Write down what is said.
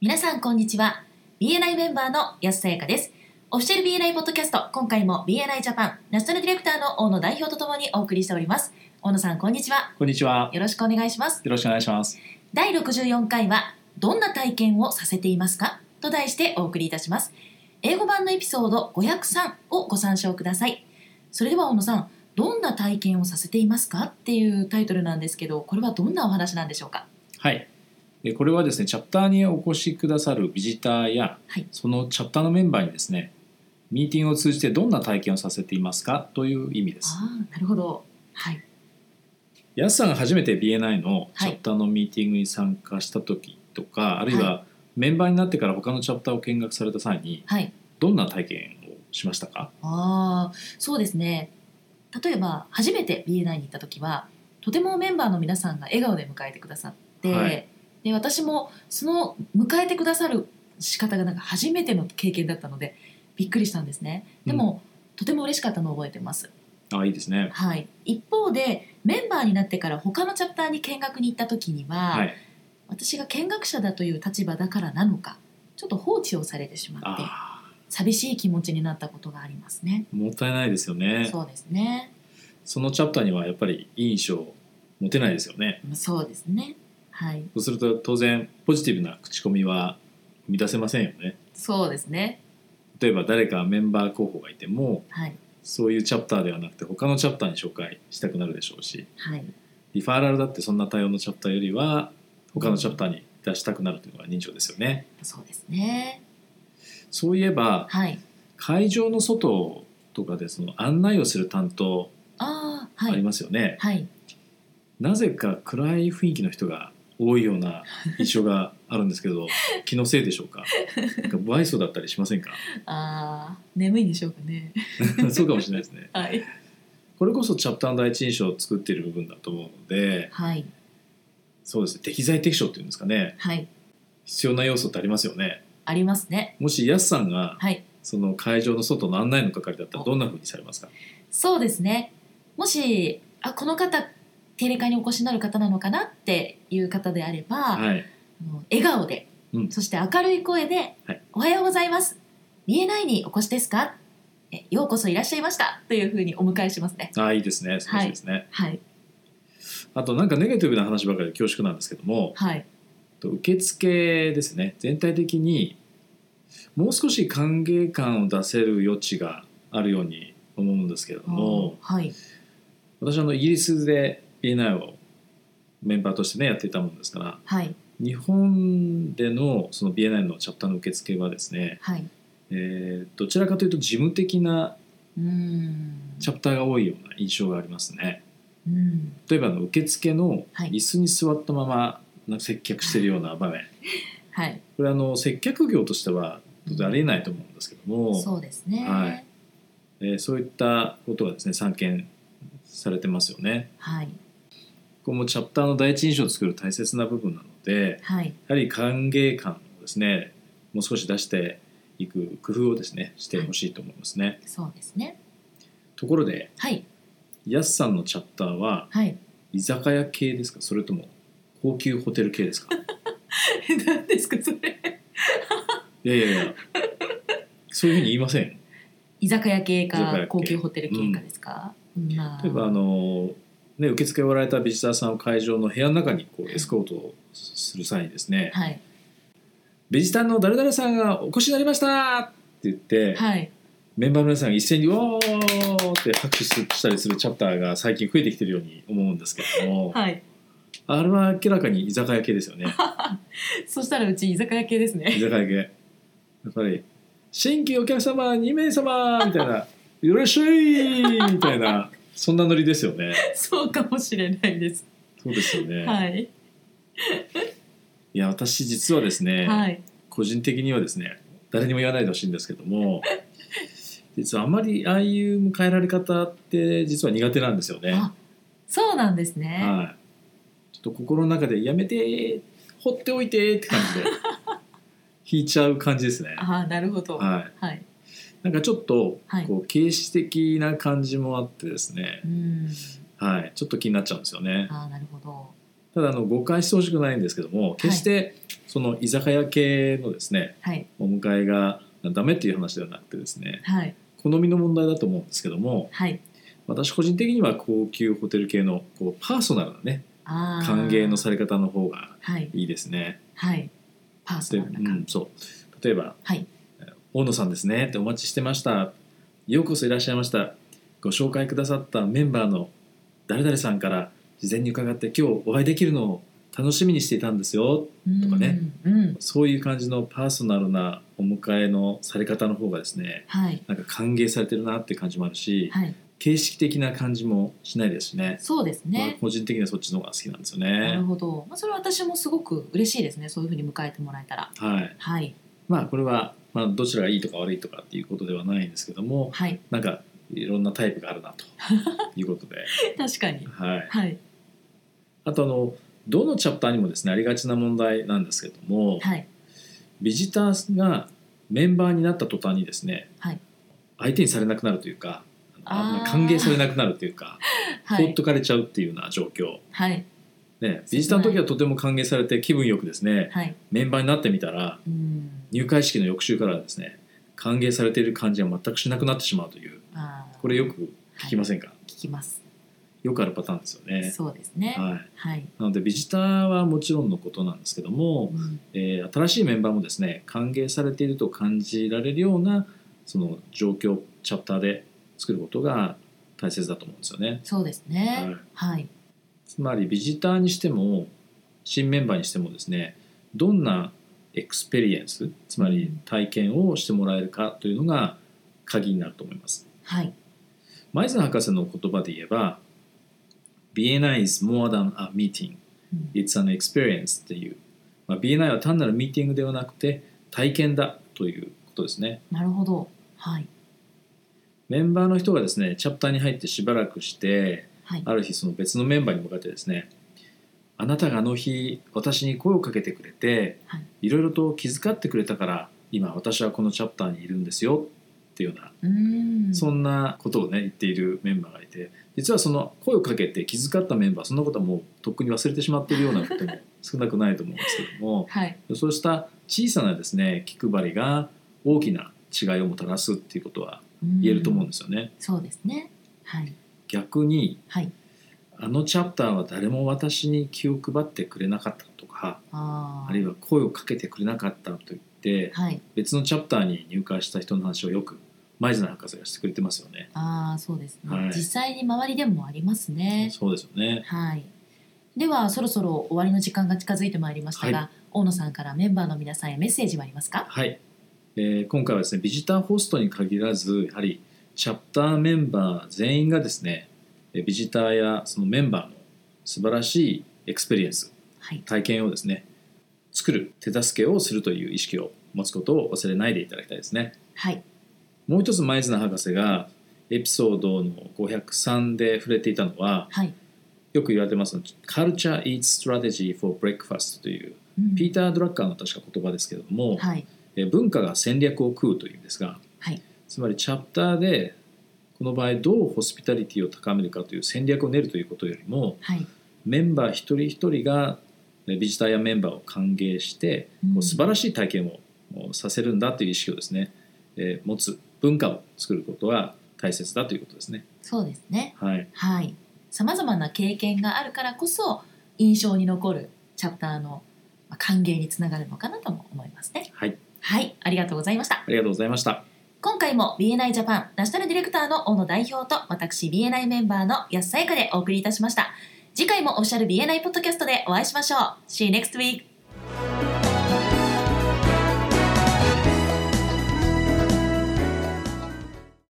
皆さんこんにちは BNI メンバーの安さやかですオフィシャル BNI ポッドキャスト今回も BNI ジャパンナショナルディレクターの大野代表とともにお送りしております大野さんこんにちはこんにちは。よろしくお願いしますよろしくお願いします。第64回は「どんな体験をさせていますか?」と題してお送りいたします英語版のエピソード503をご参照くださいそれでは小野さん「どんな体験をさせていますか?」っていうタイトルなんですけどこれはどんなお話なんでしょうかはい。でこれはですね、チャプターにお越しくださるビジターや、はいそのチャプターのメンバーにですね、ミーティングを通じてどんな体験をさせていますかという意味です。ああなるほどはいやすさんが初めて BNI のはチいャプターのミーティングに参加した時とか、あるいはメンバーになってから他のチャプターを見学された際に、はいどんな体験をしましたかああそうですね例えば初めて BNI に行った時はとてもメンバーの皆さんが笑顔で迎えてくださって、はいで私もその迎えてくださる仕方がなんか初めての経験だったのでびっくりしたんですねでも、とても嬉しかったのを覚えてます、あいいですね。はい、一方でメンバーになってから他のチャプターに見学に行った時には、はい。私が見学者だという立場だからなのかちょっと放置をされてしまってあ寂しい気持ちになったことがありますね。あ、もったいないですよね。そうですねそのチャプターにはやっぱりいい印象を持てないですよね。そうですね。はい。そうすると当然ポジティブな口コミは生み出せませんよねそうですね。例えば誰かメンバー候補がいてもはい。そういうチャプターではなくて他のチャプターに紹介したくなるでしょうしはい。リファーラルだってそんな対応のチャプターよりは他のチャプターに出したくなるというのが人情ですよねそうですね。そういえばはい。会場の外とかでその案内をする担当ああ、あはりい。ますよね、はい。なぜか暗い雰囲気の人が多いような印象があるんですけど気のせいでしょうかなんか不愛想だったりしませんか ああ、眠いんでしょうかね。そうかもしれないですねはい。これこそチャプターの第一印象を作っている部分だと思うのではい。そうですね適材適所っていうんですかねはい。必要な要素ってありますよねありますね。もしヤスさんがはい。その会場の外の案内の係だったらどんな風にされますかそうですね。もし、あ、この方。定例会にお越しになる方なのかなっていう方であれば、はいあの笑顔で、うんそして明るい声で、はいおはようございます。BNI にお越しですかえようこそいらっしゃいましたというふうにお迎えしますね。ああいいですね素晴らしいですね、はい。あとなんかネガティブな話ばかりで恐縮なんですけどもはい。と受付ですね全体的にもう少し歓迎感を出せる余地があるように思うんですけれどもはい。私あのイギリスで BNI をメンバーとしてねやっていたもんですからはい。日本でのその BNI のチャプターの受付はですね、はい。えーどちらかというと事務的なうーん。チャプターが多いような印象がありますねうん。例えばあの受付のはい椅子に座ったままなんか接客してるような場面はい。これあの接客業としては当然ありえないと思うんですけども、そうですね。はい。えーそういったことがですね散見されてますよねはい。これもチャプターの第一印象を作る大切な部分なのではい。やはり歓迎感をですねもう少し出していく工夫をですねしてほしいと思いますね、そうですね。ところではい。やすさんのチャプターははい。 居酒屋系ですかそれとも高級ホテル系で すか何ですか、それ。いやいやいやそういうふうに言いませんよ居酒屋系居酒屋か系高級ホテル系かですか。まあ。例えばあの、ね、受付をられたビジターさんを会場の部屋の中にこうエスコートをする際にですねはい。 「ビジターの誰々さんがお越しになりました!」って言って、はい。メンバーの皆さんが一斉に「おー!」って拍手したりするチャプターが最近増えてきてるように思うんですけれども、はい。あれは明らかに居酒屋系ですよね。そしたら、うち居酒屋系です居ね。 酒屋系やっぱり「新規お客様2 名様」みたいな「よろしい!」みたいなそんなノリですよねそうかもしれないです。そうですよね、い、はい。や私実はですね、はい。個人的にはですね誰にも言わないでほしいんですけ ども実はあまりああいう迎えられ方って実は苦手なんですよね、あそうなんですね。はい、ちょっと心の中で「やめて放っておいて」って感 じで引いちゃう感じですねああ、なるほど。はいはい。なんかちょっとはいこう形式的な感じもあってですね、うん。はい、ちょっと気になっちゃうんですよね。ああ、なるほど。ただあの誤解してほしくないんですけども決してその居酒屋系のですねはいお迎えがダメっていう話ではなくてですねはい好みの問題だと思うんですけどもはい私個人的には高級ホテル系のこうパーソナルなねあー歓迎のされ方の方がはいいいですね。はいパーソでナルうな感ん、そう例えばはい大野さんですねってお待ちしてましたようこそいらっしゃいましたご紹介くださったメンバーの誰々さんから事前に伺って今日お会いできるのを楽しみにしていたんですよとかねうんうんそういう感じのパーソナルなお迎えのされ方の方がですねはいなんか歓迎されてるなって感じもあるしはい形式的な感じもしないですしねそうですまねあ個人的にはそっちの方が好きなんですよなねる。ほどまあそれは私もすごく嬉しいですねそういうふうに迎えてもらえたらはい、はいまあこれは、まあ、どちらがいいとか悪いとかっていうことではないんですけどもはいなんかいろんなタイプがあるなと いうことで、確かにはい、はいあとあのどのチャプターにもですねありがちな問題なんですけども、はいビジターがメンバーになった途端にですね、はい相手にされなくなるというかああー歓迎されなくなるというか、は放っいとかれちゃうっていうような状況、はいね、ビジターの時はとても歓迎されて気分よくですねはいメンバーになってみたらうん入会式の翌週からはですね歓迎されている感じが全くしなくなってしまうというあーこれよく聞きませんか、聞きますよくあるパターンですよね。そうですねはい、はいなのでビジターはもちろんのことなんですけども、うんえー新しいメンバーもですね歓迎されていると感じられるようなその状況チャプターで作ることが大切だと思うんですよね。そうですはいねはいつまりビジターにしても新メンバーにしてもですねどんなエクスペリエンスつまり体験をしてもらえるかというのが鍵になると思います。はいマイズン博士の言葉で言えば BNI is more than a meeting うん It's an experience っていう、まあ、BNI は単なるミーティングではなくて体験だということですねなるほどはいメンバーの人がですねチャプターに入ってしばらくしてはいある日その別のメンバーに向かってですねあなたがあの日私に声をかけてくれて、はいいろいろと気遣ってくれたから今私はこのチャプターにいるんですよっていうような、うんそんなことをね言っているメンバーがいて実はその声をかけて気遣ったメンバーそんなことはもうとっくに忘れてしまっているようなことも少なくないと思うんですけどもはいそうした小さなですね気配りが大きな違いをもたらすっていうことは言えると思うんんですよね。そうですねはい逆にはいあのチャプターは誰も私に気を配ってくれなかったとかあーあるいは声をかけてくれなかったといってはい別のチャプターに入会した人の話をよく前綱博士がしてくれてますよね。ああそうですね、はい実際に周りでもありますねそうですよね。はいではそろそろ終わりの時間が近づいてまいりましたが、は大野さんからメンバーの皆さんへメッセージはありますかはい、えー今回はですねビジターホストに限らずやはりチャプターメンバー全員がですねえービジターやそのメンバーの素晴らしいエクスペリエンスはい体験をですね作る手助けをするという意識を持つことを忘れないでいただきたいですねはいもう一つ前綱博士がエピソードの503で触れていたのははい、よく言われてます「Culture Eats Strategy for Breakfast」といううんピーター・ドラッカーの確か言葉ですけれども、はいえー文化が戦略を食うというんですが、はいつまりチャプターでこの場合どうホスピタリティを高めるかという戦略を練るということよりもはいメンバー一人一人がえービジターやメンバーを歓迎して、うんこう素晴らしい体験をおさせるんだという意識をですね、えー持つ文化を作ることが大切だということですね。そうですねはい、はいさまざまな経験があるからこそ印象に残るチャプターのまあ歓迎につながるのかなとも思いますねはい、はいありがとうございましたありがとうございました。今回も BNI ジャパンナショナルディレクターの大野代表と私 BNI メンバーの安さやかでお送りいたしました。次回もオフィシャル BNI ポッドキャストでお会いしましょう。See you next week!